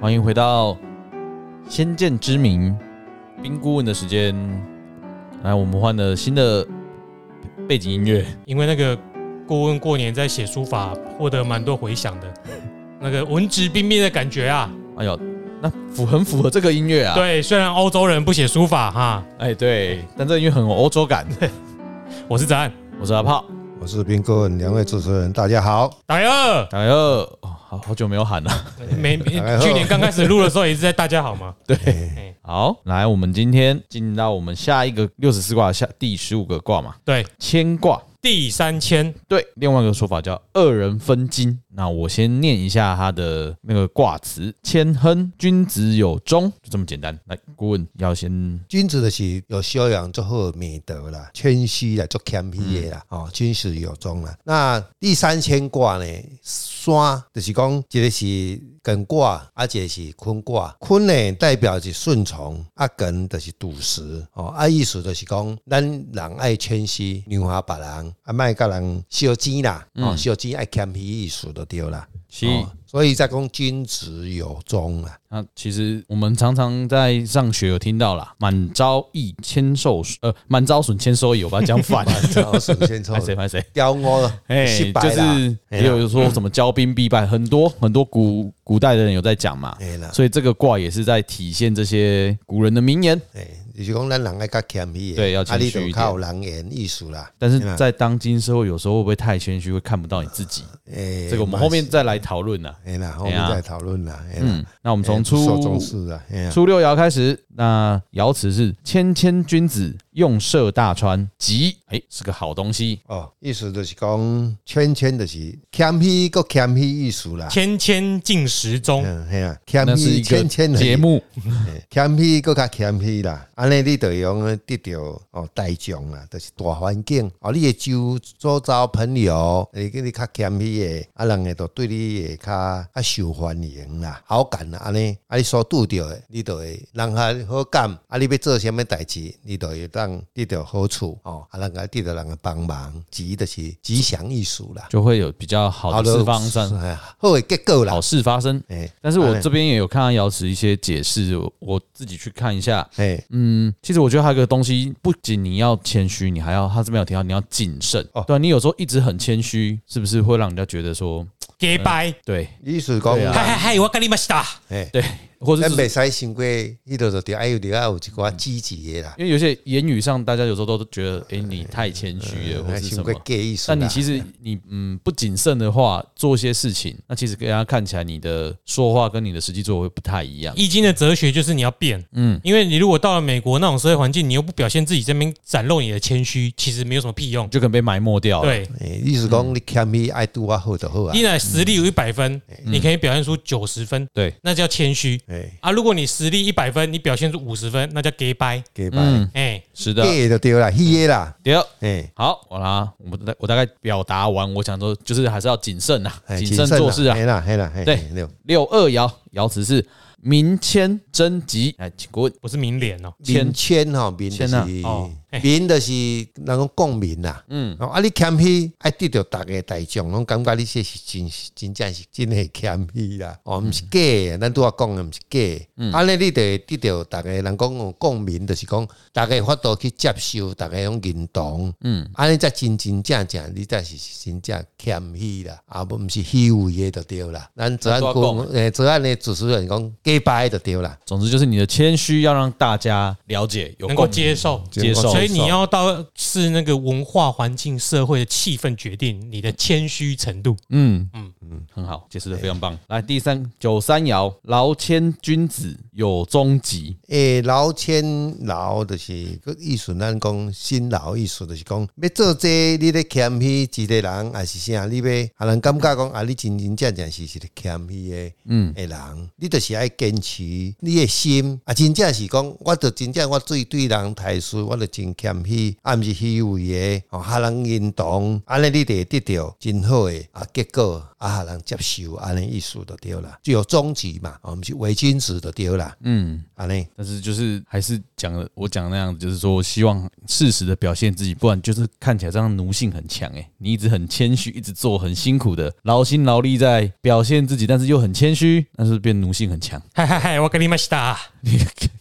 欢迎回到《先见之明》冰顾问的时间。来，我们换了新的背景音乐，因为那个顾问过年在写书法，获得蛮多回响的， 那个文质彬彬的感觉啊。哎呦，那符很符合这个音乐啊。，对，虽然欧洲人不写书法哈，哎对，但这个音乐很有欧洲感。我是展我是阿炮，我是斌哥，两位主持人，大家好。大二，哎呦，哦好好久没有喊了。每大家好去年刚开始录的时候也是在大家好 嘛，哎好，来，我们今天进到我们下一个六十四卦下第十五个卦嘛，对，牵卦。第三千对，另外一个说法叫二人分金。那我先念一下它的那个卦词：谦亨，君子有忠，就这么简单。来，顾问要先君子的是有修养，做好美德啦，谦虚啦，做谦虚的啦，哦，君子有忠啦。那第三千卦呢，山就是讲，一个是艮卦，啊，一个是坤卦。坤呢代表是顺从，啊，艮就是笃实，哦，啊，意思就是讲，咱人爱谦虚，让下别人，啊，莫甲人小钱啦，哦，小钱爱谦虚，意思就对啦。七。哦，所以在讲君子有忠啦。那其实我们常常在上学有听到啦，“满招益，谦受损”，呃，“满招损，谦收益”，我把它讲 反了。啊好，首先 从拍谁拍谁？雕我啊哎，失败就啦哎是，也有说什么骄兵必败，很多很多古古代的人有在讲嘛，哎啦，所以这个卦也是在体现这些古人的名言。哎，就是讲咱人爱较谦虚的，对要啊，谦虚你一点就靠人言艺术啦。但是在当今社会，有时候会不会太谦虚，会看不到你自己？哎，这个我们后面再来讨论啦。哎啦，后哎面呀再讨论啦。哎啦嗯，那我们从哎不受初重视啊，哎呀，初六爻开始，那爻辞是“谦谦君子，用涉大川”，吉，哎，是个好东西。哦，意思就是讲谦谦就是谦虚，个谦虚艺术啊啦。千千进时中，嗯，系啊，谦那是虚一个谦谦而已节，目，哎谦虚更较谦虚啦。安尼你就会用得到哦大众啦，就是大环境哦，你的周周遭朋友，你你较谦虚的，啊，人会都对你会较较受欢迎啦，好感啦，安尼啊，你所拄着的，你就会让他好感，啊，你要做什么代志，你就会让得到好处哦，啊，人家得到人家帮忙，吉就是吉祥艺术啦，就会有比较好的事发生，哎好的结果啦好，事发生。哎，但是我哎这边也有看到瑶池一些解释，我我自己去看一下。哎。嗯，其实我觉得还有个东西，不仅你要谦虚，你还要他这边有提到你要谨慎。哦对啊、你有时候一直很谦虚，是不是会让人家觉得说，给拜，对意思讲对啊嗨嗨嗨，我跟你们打，哎，对， 或者咱是袂使想过，迄度就对，哎有对啊，有一寡积极的啦，因为有些言语上，大家有时候都觉得，哎、你太谦虚了，或哎嗯是想什过么。假意思但你啦。其实你嗯不谨慎的话，做一些事情，那其实跟人家看起来你的说话跟你的实际作为不太一样。易经的哲学就是你要变，嗯，因为你如果到了美国那种社会环境，你又不表现自己，这边展露你的谦虚，其实没有什么屁用。就可能被埋没掉了。对，哎意思嗯讲你谦虚爱对我好就好啊你。乃实力有一百分，嗯你可以表现出九十分，对，那叫谦虚哎，啊。如果你实力一百分，你表现出五十分，那叫 gay 掰。假吧，嗯，哎，是假的。的就对啦，虚的啦，第二，哎，好，我啦，我们大我大概表达完，我想说就是还是要谨慎啊，哎谨慎做事啊嘿。啦，嘿啦，嘿对嘿对六二爻爻辞是民谦贞吉，哎，请问不是明脸哦，谦民谦吼，民就谦啊是哦嘿民就是人讲共鸣啦。嗯，啊，你谦虚爱得到大家大众，拢感觉你这是真真正是真系谦虚啦。哦，毋是假的，咱拄啊讲的毋是假的。安尼你就会得到大家人讲有共鸣，就是讲大家有法度去接受，大家拢认同。嗯，安尼才真真正正，你才是真正谦虚啦。啊，无毋是虚伪的就对啦。咱昨暗咱拄仔讲讲，诶，昨暗的主持人讲假掰就对啦。总之就是你的谦虚要让大家了解，有能够共鸣接受。接受所以你要到是那个文化环境、社会的气氛决定你的谦虚程度。嗯嗯嗯，很好，解释的非常棒。来，第三九三爻，劳谦君子有终极，诶，老谦老就是个意思，咱讲新老意思就是讲，要做这你咧谦虚一个人，还是啥？你要啊人感觉讲啊，你真真正正是一个谦虚的，嗯，的人，你就是爱坚持你的心啊，真正是讲，我就真正我对对人态事，我就真谦虚，啊，毋是虚伪的，哦，哈人认同，安尼你就会得到真好的啊结果啊，啊，人接受安尼意思就对啦，就有终极嘛，我们是伪君子就对啦，嗯，安尼但是就是还是讲了我讲的那样子，就是说希望适时的表现自己，不然就是看起来这样奴性很强诶、你一直很谦虚，一直做很辛苦的劳心劳力在表现自己，但是又很谦虚，但是变奴性很强。嗨嗨嗨，我跟你们西达，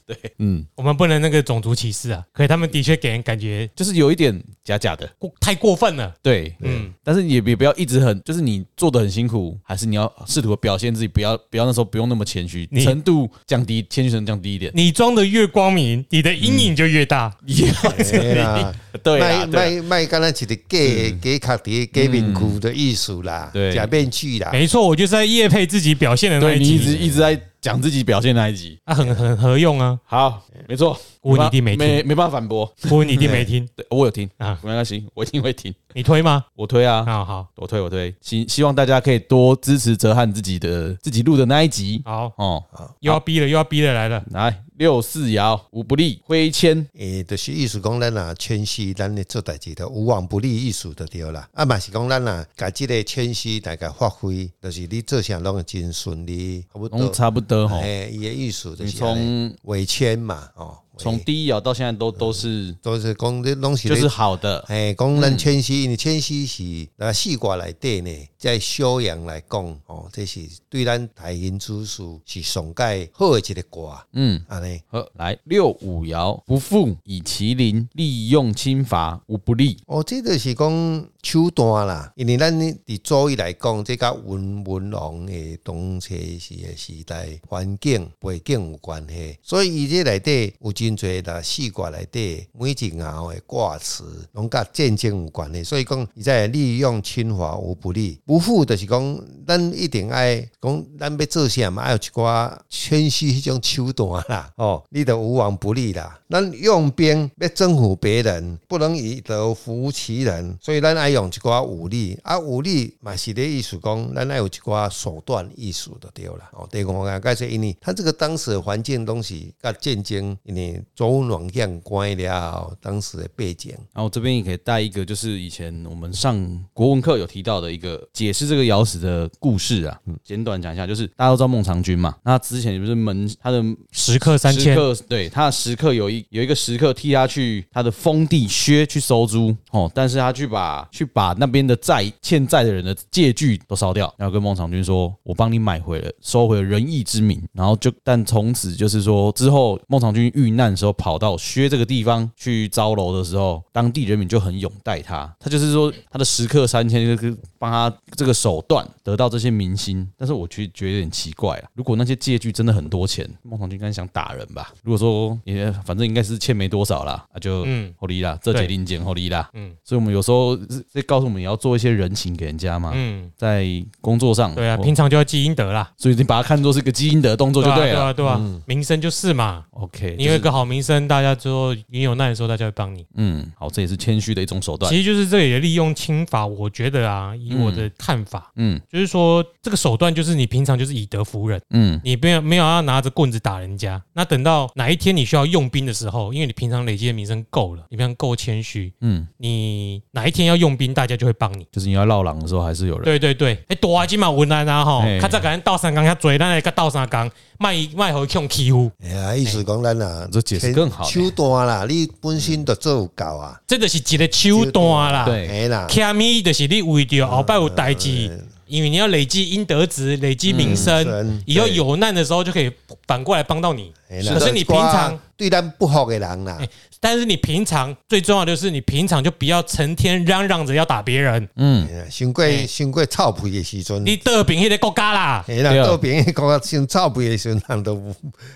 对，嗯，我们不能那个种族歧视啊。可是他们的确给人感觉就是有一点假假的，过太过分了。对，嗯，但是也也不要一直很，就是你做的很辛苦，还是你要试图表现自己，不要不要那时候不用那么谦虚，你程度降低，谦虚程度降低一 点。你装的越光明，你的阴影就越大。嗯 对啦，啊对卖啊，对啊，卖卖，敢若一个假假卡碟假面具的意思啦，嗯对哎假面具啦，没错，我就是在夜配自己表现的那对一你一直集，一直在讲自己表现那一集，啊，很很合用啊。好，没错，我一定没听没没办法反驳，不过你一定没听 对我有听啊啊，没关系，我一定会 听，你推吗？我推啊，啊，好我推我推，希希望大家可以多支持泽汉自己的自己录的那一集好，哦，又要逼了，又要逼了，来了。来六四爻五不利挥谦，诶，就是意思讲咱啊谦虚，咱咧做代志的无往不利意思就对啦。啊嘛是讲咱啊，甲即个谦虚大家发挥，就是你做啥拢会真顺利，差不拢多。差不多吼，诶，伊的意思就你哎是啊安尼从伪谦嘛，哦，伪从第一爻到现在都都是都是讲你拢是就咧是好的，哎，讲咱谦虚，因为谦虚是那四卦内底呢，在修养来讲，哦，这是对咱台行之士是上界好的一个卦，嗯。安尼。好，来六五爻不复以其邻，利用侵伐无不利。哦，这就是讲手段啦，因为咱伫左易来讲，这甲文文王的东西是的时代环境背景有关系，所以伊这内底有真侪啦四卦内底每一爻的卦辞拢甲战争有关系，所以讲伊在利用侵华无不利，不富就是讲咱一定爱讲咱要做啥嘛，要有一寡谦虚迄种手段啦，哦，你就无往不利啦。咱用兵要征服别人，不能以德服其人，所以咱爱用一寡武力，啊，武力嘛是咧意思讲，咱爱有一寡手段艺术就对啦。哦，第五个解释因为他这个当时的环境东西甲战争，因为周文王样关了，当时的背景。然后这边也可以带一个，就是以前我们上国文课有提到的一个解释这个爻辞的故事啊，简短讲一下，就是大家都知道孟尝君嘛，那之前不是门他的时刻三食千，客，对他的食客有一有一个食客替他去他的封地薛去收租哦，但是他去把去把那边的债欠债的人的借据都烧掉，然后跟孟尝君说：“我帮你买回了，收回了仁义之名。”然后就但从此就是说之后孟尝君遇难的时候跑到薛这个地方去招楼的时候，当地人民就很拥戴他，他就是说他的食客三千就是帮他这个手段得到这些民心，但是我其实觉得有点奇怪啊。如果那些借据真的很多钱，孟尝君应该想打人吧？如果说也反正应该是欠没多少啦，啊就嗯后利啦，这对决定减后利啦。嗯嗯，所以我们有时候是这告诉我们也要做一些人情给人家嘛，嗯，在工作上对啊，我平常就要积阴德啦，所以你把它看作是一个积阴德动作哦就啊对了。啊，对啊，名声就是嘛， OK，你有就一是个好名声，大家之后你有难的时候，大家会帮你。嗯，好，这也是谦虚的一种手段。其实就是这也利用轻法，我觉得啊，以我的看法，嗯就是说这个手段就是你平常就是以德服人，嗯你没有没有要拿着棍子打人家。那等到哪一天你需要用兵的时候，因为你平常累积的名声够了，你平常够谦虚，嗯，你哪一天要用兵，大家就会帮你。就是你要绕狼的时候还是有人。对对对，哎，大金嘛文安啊吼，嘿较早甲咱斗三工遐做，咱来甲斗三工，卖卖互去互欺负，哎呀，意思讲咱啊，这解释更好手段啦，你本身就做有够啊，这就是一个手段啦。对哎啦，欠咪就是你为着后摆有代志，哎因为你要累积阴德值，累积名声嗯，以后有难的时候就可以反过来帮到你。哎啦可是你平常，对咱不好的人啦哎，但是你平常最重要的就是你平常就不要成天嚷嚷着要打别人，嗯，哎伤过伤过臭屁的时阵，哎你得病迄个国家啦，哎啦，对啊到边个讲伤臭屁的时阵，人都无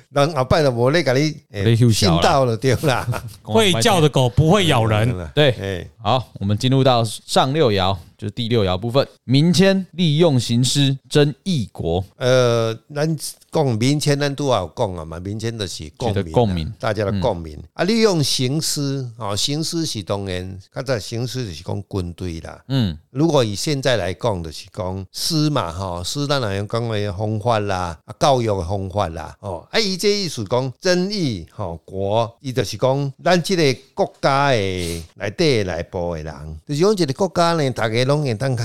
人后摆都无咧甲你哎你休息信好啦道了对 啦，会叫的狗不会咬人。对。哎，好，我们进入到上六爻，就是第六爻部分。民间利用行师争异国，呃，咱讲民间咱拄也有讲啊嘛，民间的是取共得鸣啊，共鸣大家的共鸣、嗯啊。利用刑事哦，刑事是当然，较早刑事就是讲军队啦。嗯，如果以现在来讲，就是讲诗嘛，吼，诗咱若用讲的方法啦，啊，教育的方法啦，哦，啊，伊这意思讲正义，吼、国，伊就是讲咱即个国家的内底的内部的人，就是讲一个国家呢，大家拢会当较，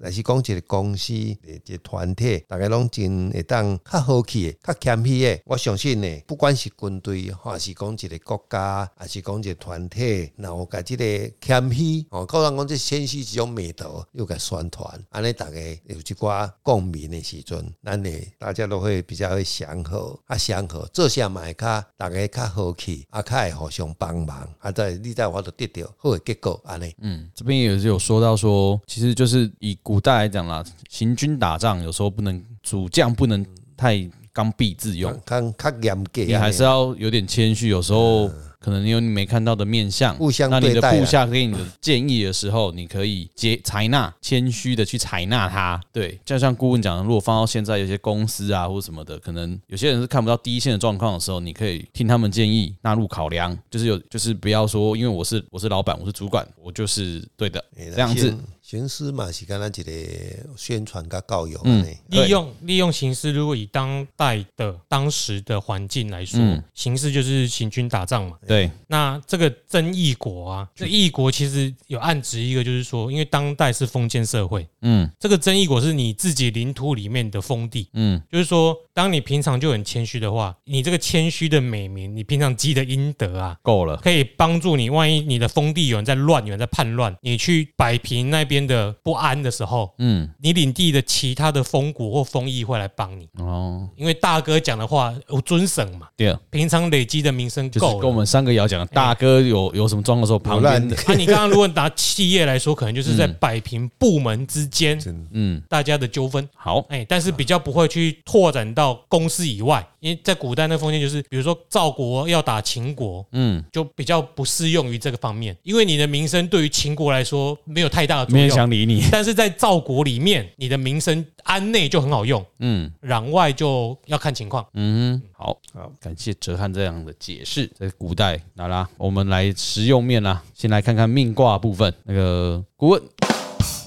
若是讲一个公司，一个团体，大家拢真会当较好气的，较谦虚的，我相信呢，不管是军队，吼，还是讲一个国家，还是讲一个团体，然后甲即个谦虚，吼，个人讲这谦虚是一种美德，又甲宣传，安尼大家有一寡共鸣的时阵，咱呢大家都会比较会祥和，啊祥和，做啥嘛会较大家较好气，啊较会互相帮忙，啊在你在我都得到好的结果，安尼，这边也是有说到说，其实就是以古代来讲啦，行军打仗有时候不能主将不能太刚愎自用，较较严格，你还是要有点谦虚。有时候可能你有你没看到的面相，嗯互相那你对的待啊部下给你的建议的时候，你可以接采纳，谦虚的去采纳它。对，就像顾问讲的，如果放到现在有些公司啊或什么的，可能有些人是看不到第一线的状况的时候，你可以听他们建议，纳入考量，就是有就是不要说，因为我是我是老板，我是主管，我就是对的嘿啦这样子。行。巡视嘛是敢咱一个宣传甲教育安尼。对利用利用形式，如果以当代的当时的环境来说，嗯形式就是行军打仗嘛。哎对，那这个争议国啊，这异国其实有暗指一个，就是说，因为当代是封建社会，嗯这个争议国是你自己领土里面的封地。嗯，就是说，当你平常就很谦虚的话，你这个谦虚的美名，你平常积的阴德啊，够了。可以帮助你。万一你的封地有人在乱，有人在叛乱，你去摆平那边的不安的时候，嗯，你领地的其他的封国或封邑会来帮你，哦，因为大哥讲的话有尊省嘛，对了，平常累积的名声就是够跟我了。们三个瑶哎讲的，大哥有有什么状况的时候，旁边的 啊，你刚刚如果拿企业来说，可能就是在摆平部门之间真嗯大家的纠纷。好。哎、但是比较不会去拓展到公司以外，因为在古代那封建就是，比如说赵国要打秦国，嗯，就比较不适用于这个方面，因为你的名声对于秦国来说没有太大的作没人用。想理你。但是在赵国里面，你的名声安内就很好用，嗯攘外就要看情况。嗯，好，好感谢哲翰这样的解释。在古代，来啦，我们来实用面啦，先来看看命卦部分。那个顾问，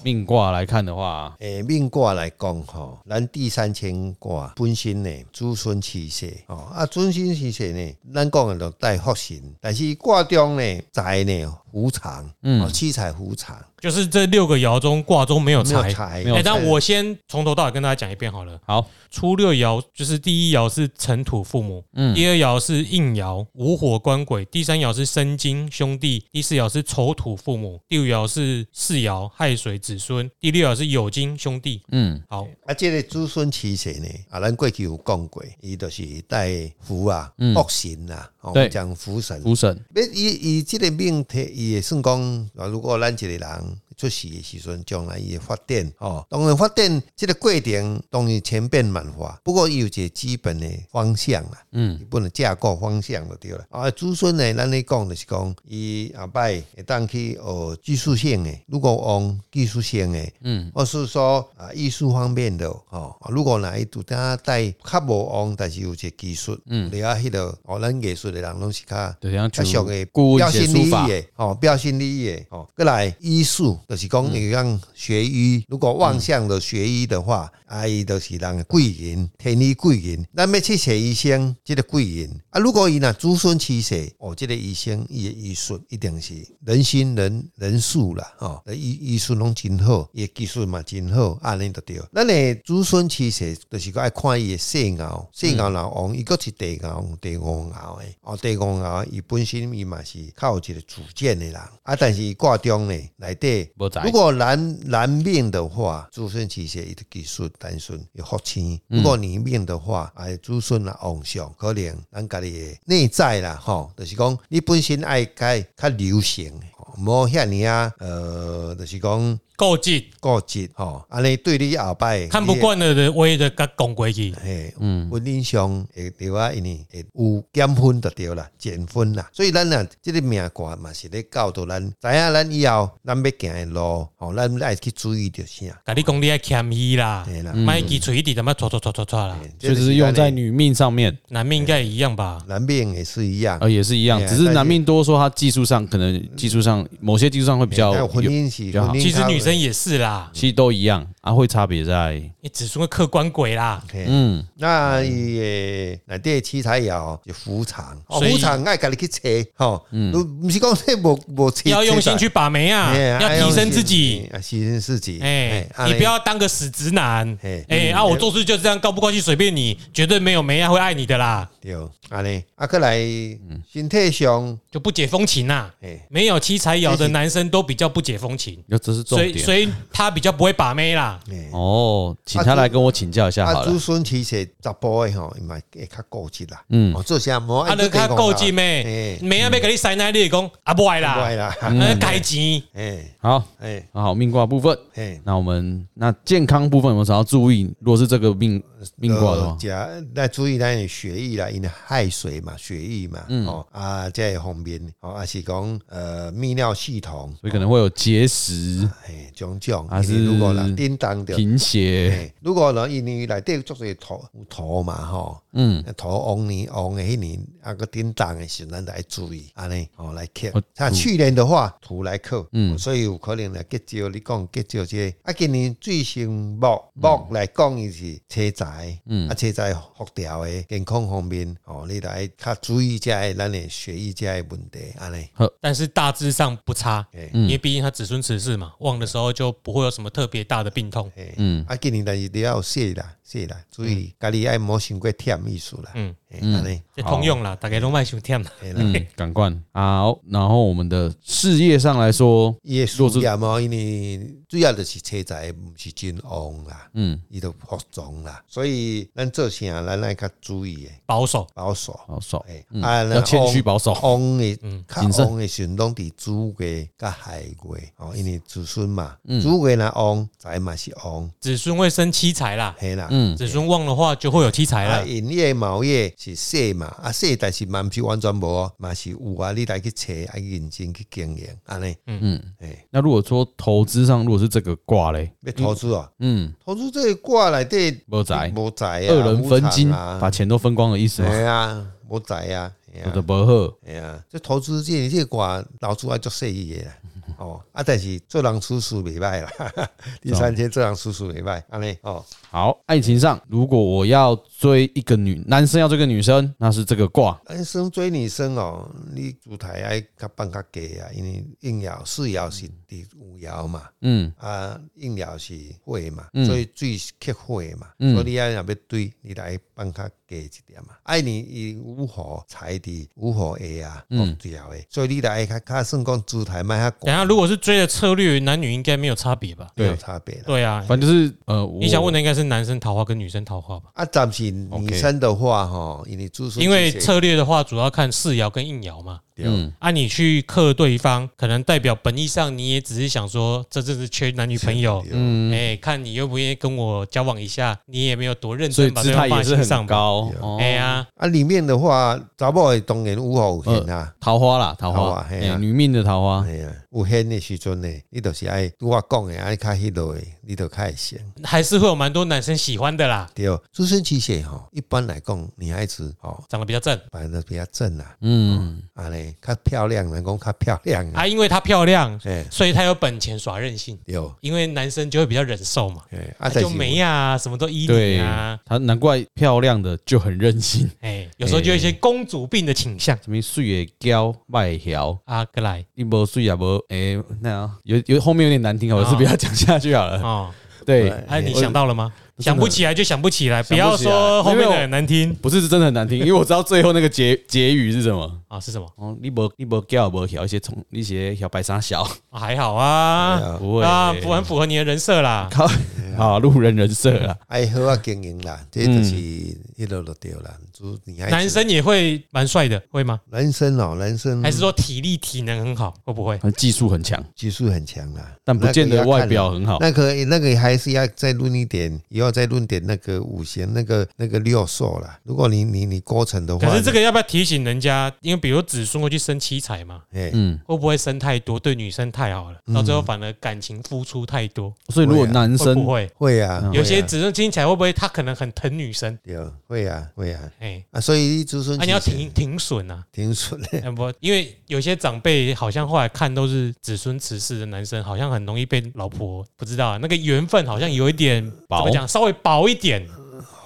命卦来看的话，诶，命卦来讲吼，咱第三千卦本身呢，子孙七势吼，啊，子孙七势呢，咱讲的就带福神，但是卦中呢，财呢无常，嗯，七财无常，就是这六个爻中卦中没有没有财。财，没有哎，财但我先从头到尾跟大家讲一遍好了。好，初六爻就是第一爻是尘土父母，嗯第二爻是应爻无火官鬼，第三爻是申金兄弟，第四爻是丑土父母，第五爻是巳爻亥水子孙，第六爻是酉金兄弟。嗯好，啊，这个子孙七势呢，啊，咱过去有讲过，伊就是带福啊，福神啊，哦对讲福神，福神，要伊伊即个命题，伊会算讲，啊如果咱一个人出世的时阵，将来伊会发展哦，当然发展即个过程，当然千变万化。不过伊有一个基本的方向啦，嗯，基本的架构方向就对了。啊，子孙呢，咱咧讲就是讲，伊后摆会当去学技术性的，如果往技术性的，嗯，或是说啊艺术方面的哦，啊如果若伊拄搭带较无往，但是有一个技术，嗯，你啊迄个哦，咱艺术的人拢是较。对，像较就俗的顾问标写新书立异法，的，哦吼，标新立异的，吼，过来医术，就是嗯讲你讲学医，如果望向了学医的话，啊，伊就是人的贵人，天理贵人。咱要去找医生，这个贵人啊，如果伊若子孙七世，哦，这个医生伊的医术一定是人心人人术啦，吼，医医术拢真好，伊的技术嘛真好，安尼就对。咱的子孙七世，就是讲爱看伊的细熬，细熬老王，伊个是第熬，第五熬的，哦，第五熬伊本身伊嘛是较有一个主见的人，啊，但是伊挂中呢，内底无财如果男男命的话，子孙其实伊的技术单纯有福气；如果女命的话，哎，子孙啊旺相，可能咱家己的内在啦，吼，就是讲你本身爱该较流行的。吼无遐尼啊，呃，就是讲够劲，固执吼，安尼对你后摆看不，惯的人，我也得甲讲过去你。的嘿，嗯稳定上会对我因呢，会有减分就对啦，减分啦。所以咱啊，即个命卦嘛是咧教导咱，知影咱以后咱要行的路，吼，咱爱去注意着啥，甲你讲，你要谦虚啦对啦，麦去嘴一直他妈戳戳戳戳戳啦，所以这是用在女命上面，男命应该也一样吧？难免也是一样。呃，也是一样，哎呀只是男命多说他技术上可能技术上某些技术上会比较但婚有，姻是比较好婚姻其实较女生也是啦，其实都一样啊，会差别在你只是个客观鬼啦，嘿嗯，那伊诶，内底器材也好，有伏场，哦所以伏场爱家己去找吼，嗯，毋是讲说无无找，要用心去把妹啊，嘿，要爱提用升心自己。，哎提升自己，哎，安你尼不要当个死直男啊嘿，哎啊！我做事就这样，高不高兴随便你，绝对没有没啊会爱你的啦，对，安尼，啊，过来嗯身体上，就不解风情呐。哎，没有七彩瑶这的是男生都比较不解风情，那这是重所以点所以他比较不会把妹啦。哎哦，请他来跟我请教一下好啊，了子，孙其实十甫的吼，伊嘛会较固执啦，嗯哦，做啥无，啊，你较够劲咩？哎，妹啊，要给你塞奶，你就讲啊不爱啦，怪啦，呃，改钱哎好，哎好命卦部分。哎。那我们那健康部分有没有什么要注意？如果是这个命命卦的话，加呃那注意咱的血液啦，因为亥水嘛，血液嘛，嗯哦啊，这方面哦，啊是讲呃泌尿系统，所以可能会有结石、哎，种种，啊因为如果啦是叮当的。贫血，哎如果呢，因为内底做些土有土嘛吼，嗯，土往年往的迄年啊个叮当的时候，咱就要注意安尼哦来克哦。像去年的话，土来克，嗯嗯，所以有可能来结石，你讲结石这个啊，今年最先木木来讲伊是车财，嗯嗯，啊车财复调的健康方面哦，你来较注意这些咱的血液这些问题安尼。但是大致上不差，哎因为毕竟他子孙慈氏嘛，旺的时候就不会有什么特别大的病痛。哎嗯啊，今年但是你要有细啦，细啦，注意家己爱莫伤过忝意思啦，嗯，哎安尼，这通用啦，大概都卖胸天啦。哎啦。嗯，感官好。然后我们的事业上来说，伊诶事业嘛，因为主要就是车载毋是真旺啦，嗯，伊都服从啦，所以咱做啥咱爱较注意诶，保守，保守。保守，诶嗯啊要谦虚保守。旺诶，较谨慎嗯旺诶时阵拢伫主月甲亥月哦，因为子孙嘛，主月若旺，财嘛是旺，子孙会生七财啦，嘿啦。嗯，子孙旺的话就会有七财啊，啦。营业贸易是细嘛，啊细，但是嘛毋是完全无哦，嘛是有啊，你来去找，啊认真去经营，安尼，嗯，诶，那如果说投资上，如果是这个卦嘞，要投资哦，嗯，投资这个挂内底没财无财啊，二人分金，无产把啊，钱都分光的意思吗？哎啊，无财啊，哎我的啊，伯赫，哎啊，这投资这这挂老主爱做生意 的啦，哦，啊，但是做人处事袂歹啦， 啊第三天做人处事袂歹，安尼哦，好，爱情上，如果我要追一个女男生要追一个女生，那是这个卦，男啊生追女生哦，你主台爱较放较低啊，因为应爻四爻是第五爻嘛，嗯，啊，应爻是火嘛，所以水是克火嘛，嗯所以你要若要对，你来放较低一点嘛。爱你伊五火财的五火下啊，嗯，主要的，所以你来较较算讲姿态卖较等一高，下如果是追的策略，男女应该没有差别吧？没有差别啦。对啊，反正就是呃，你想问的，的应该是男生桃花跟女生桃花吧？啊，暂时女生的话吼，因为主因为策略的话，主要看四爻跟应爻嘛。嗯，啊，你去克对方，可能代表本意上你也只是想说，这阵子缺男女朋友，嗯，哎、看你愿不愿意跟我交往一下，你也没有多认所以真把姿对态方也放是在心上很吧。高，哦哎呀，啊，里面的话，查某的当然有好有限啊。桃花啦，桃桃花，花嘿哎，啊女命的桃花，哎呀，有限的时阵呢，你就是爱拄我讲的，爱较迄落的，你就较会成。还是会有蛮多男生喜欢的啦，对，资深期限吼，一般来讲，女孩子吼，长得比较正反正比较正啦，嗯，啊嘞，较漂亮，人讲较漂亮啊，啊，因为她漂亮，哎，所以她有本钱耍任性，对，因为男生就会比较忍受嘛，哎，啊，啊、但就是没啊，什么都依你对啊，，她难怪漂亮的就很任性，哎，有时候就有一些公主病的倾向 什么水也娇，卖条，啊，过来你无水也无，哎，那样有有后面有点难听，我是不要讲下去好了。哦，啊对，哎，你想到了吗？的想不起来就想不起来，不想不要起来说后面没的有很难听不是真的很 难听，因为我知道最后那个结结语是什么。啊，是什么？哦，你无你无叫无小，一些从一些小白沙小，啊还好啊，哎不会啊，不很符合你的人设啦。 靠，啦，啊，路人人设啦，爱好啊经营啦，这就是一路就对啦。主你爱嗯男生也会蛮帅的，会吗？男生哦，男生还是说体力体能很好，会不会？技术很强，技术很强啦，但不见得外表很好。那个那个还是要再论一点，以后再论点那个五行那个那个六兽啦。如果你你你勾成的话，可是这个要不要提醒人家？因为比如子孙会去生七彩嘛，哎，嗯，会不会生太多对女生太好了，嗯到最后反而感情付出太多，所以如果男会生不会？会啊，嗯嗯会啊有些子孙听起来会不会他可能很疼女生？对，会啊会啊哎，啊，所以子孙那你要其实停停损 啊！停损嘞，哎不，因为有些长辈好像后来看都是子孙慈氏的男生，好像很容易被老婆不知道啊那个缘分好像有一点怎薄么讲，稍微薄一点。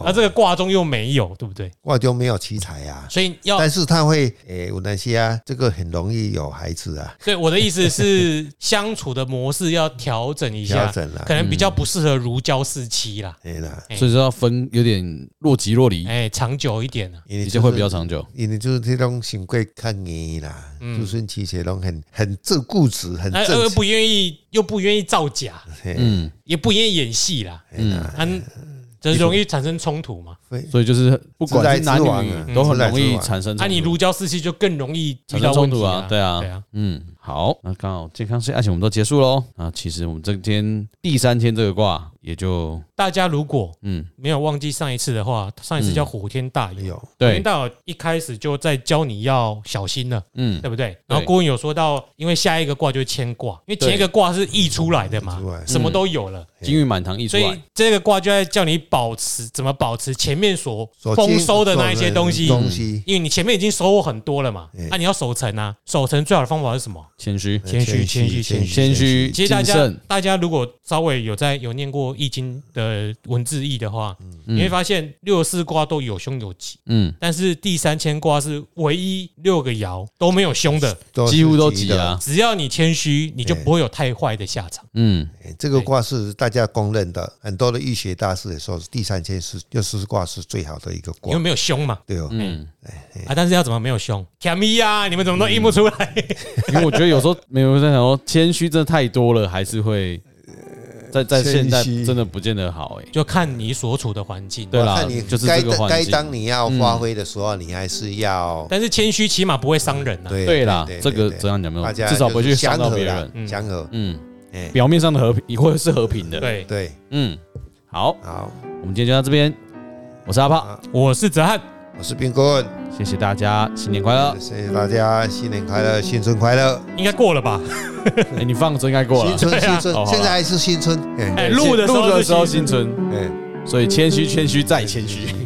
那这个卦中又没有，对不对？卦中没有奇才啊。所以要但是他会，诶、有那些啊，这个很容易有孩子啊，对我的意思是， 相处的模式要调整一调下，整啊啦，可能比较不适合如胶似漆啦，哎啦，哎所以说要分有点若即若嗯离，哎，长久一点啊。因比为较会比较长久。因为就是这种行贵看你啦，嗯子孙其实拢很很自固执，很那正又直，不愿意，又不愿意造假，嗯，嗯，也不愿意演戏啦，嗯嗯，嗯，这容易产生冲突嘛。会所以就是不管是男自来之往女啊都很容易产生那、冲啊你突。啊如胶似漆就更容易遇产到生问冲题突啊，对啊，对啊，嗯，好，那刚好健康是爱情，我们都结束喽。啊，其实我们这天第三天这个卦也就，大家如果嗯，没有忘记上一次的话，上一嗯次叫火天大有。有火天对，大有一开始就在教你要小心了，嗯，对不对？然后郭文有说到，因为下一个卦就是牵卦，因为前一个卦是易出来的嘛出，来什么都有了，金玉满堂溢出所以来，这个卦就在叫你保持怎么保持前面所所丰经收的那一些东西，东西因为你前面已经收获很多了嘛，嗯那、你要守成啊，守成最好的方法是什么？谦虚，谦虚谦虚谦谦虚，其实大谨家慎，大家如果稍微有在有念过《易经》的文字义的话，你会发现六十四卦都有凶有吉，嗯，但是第三千卦是唯一六个爻都没有凶的。都几乎都是急啊了，，只要你谦虚，你就不会有太坏的下场。嗯，哎这个卦是大家公认的，很多的易学大师也说，第三千是六十四卦是最好的一个因为卦，没有凶嘛，对哦，啊，但是要怎么没有凶？卡米呀，你们怎么都印不出来？ 因为我觉得有时候没有在想说谦虚真的太多了，还是会在在谦现在虚真的不见得好哎、就看你所处的环境。对啦看你就是该这个环该境当你要嗯发挥的时候，你还是要但是谦虚起码不会伤人啊。对对啦对，这个对怎样讲没大有，家至少不会就去是伤相啊到和别啦人。嗯相和，嗯，哎，表面上的和平或者是和平的。，对，对，嗯，好，好，我们今天就到这边，我是阿炮，我是泽汉。我是冰棍，谢谢大家，新年快 乐！谢谢大家，新年快乐，新春快乐，应该过了吧？哎，你放着应该过了 新，春新哦好啦春，现在还是新春，哎 哎，录的时候录的是时候新新春，哎。所以谦虚谦虚再谦虚。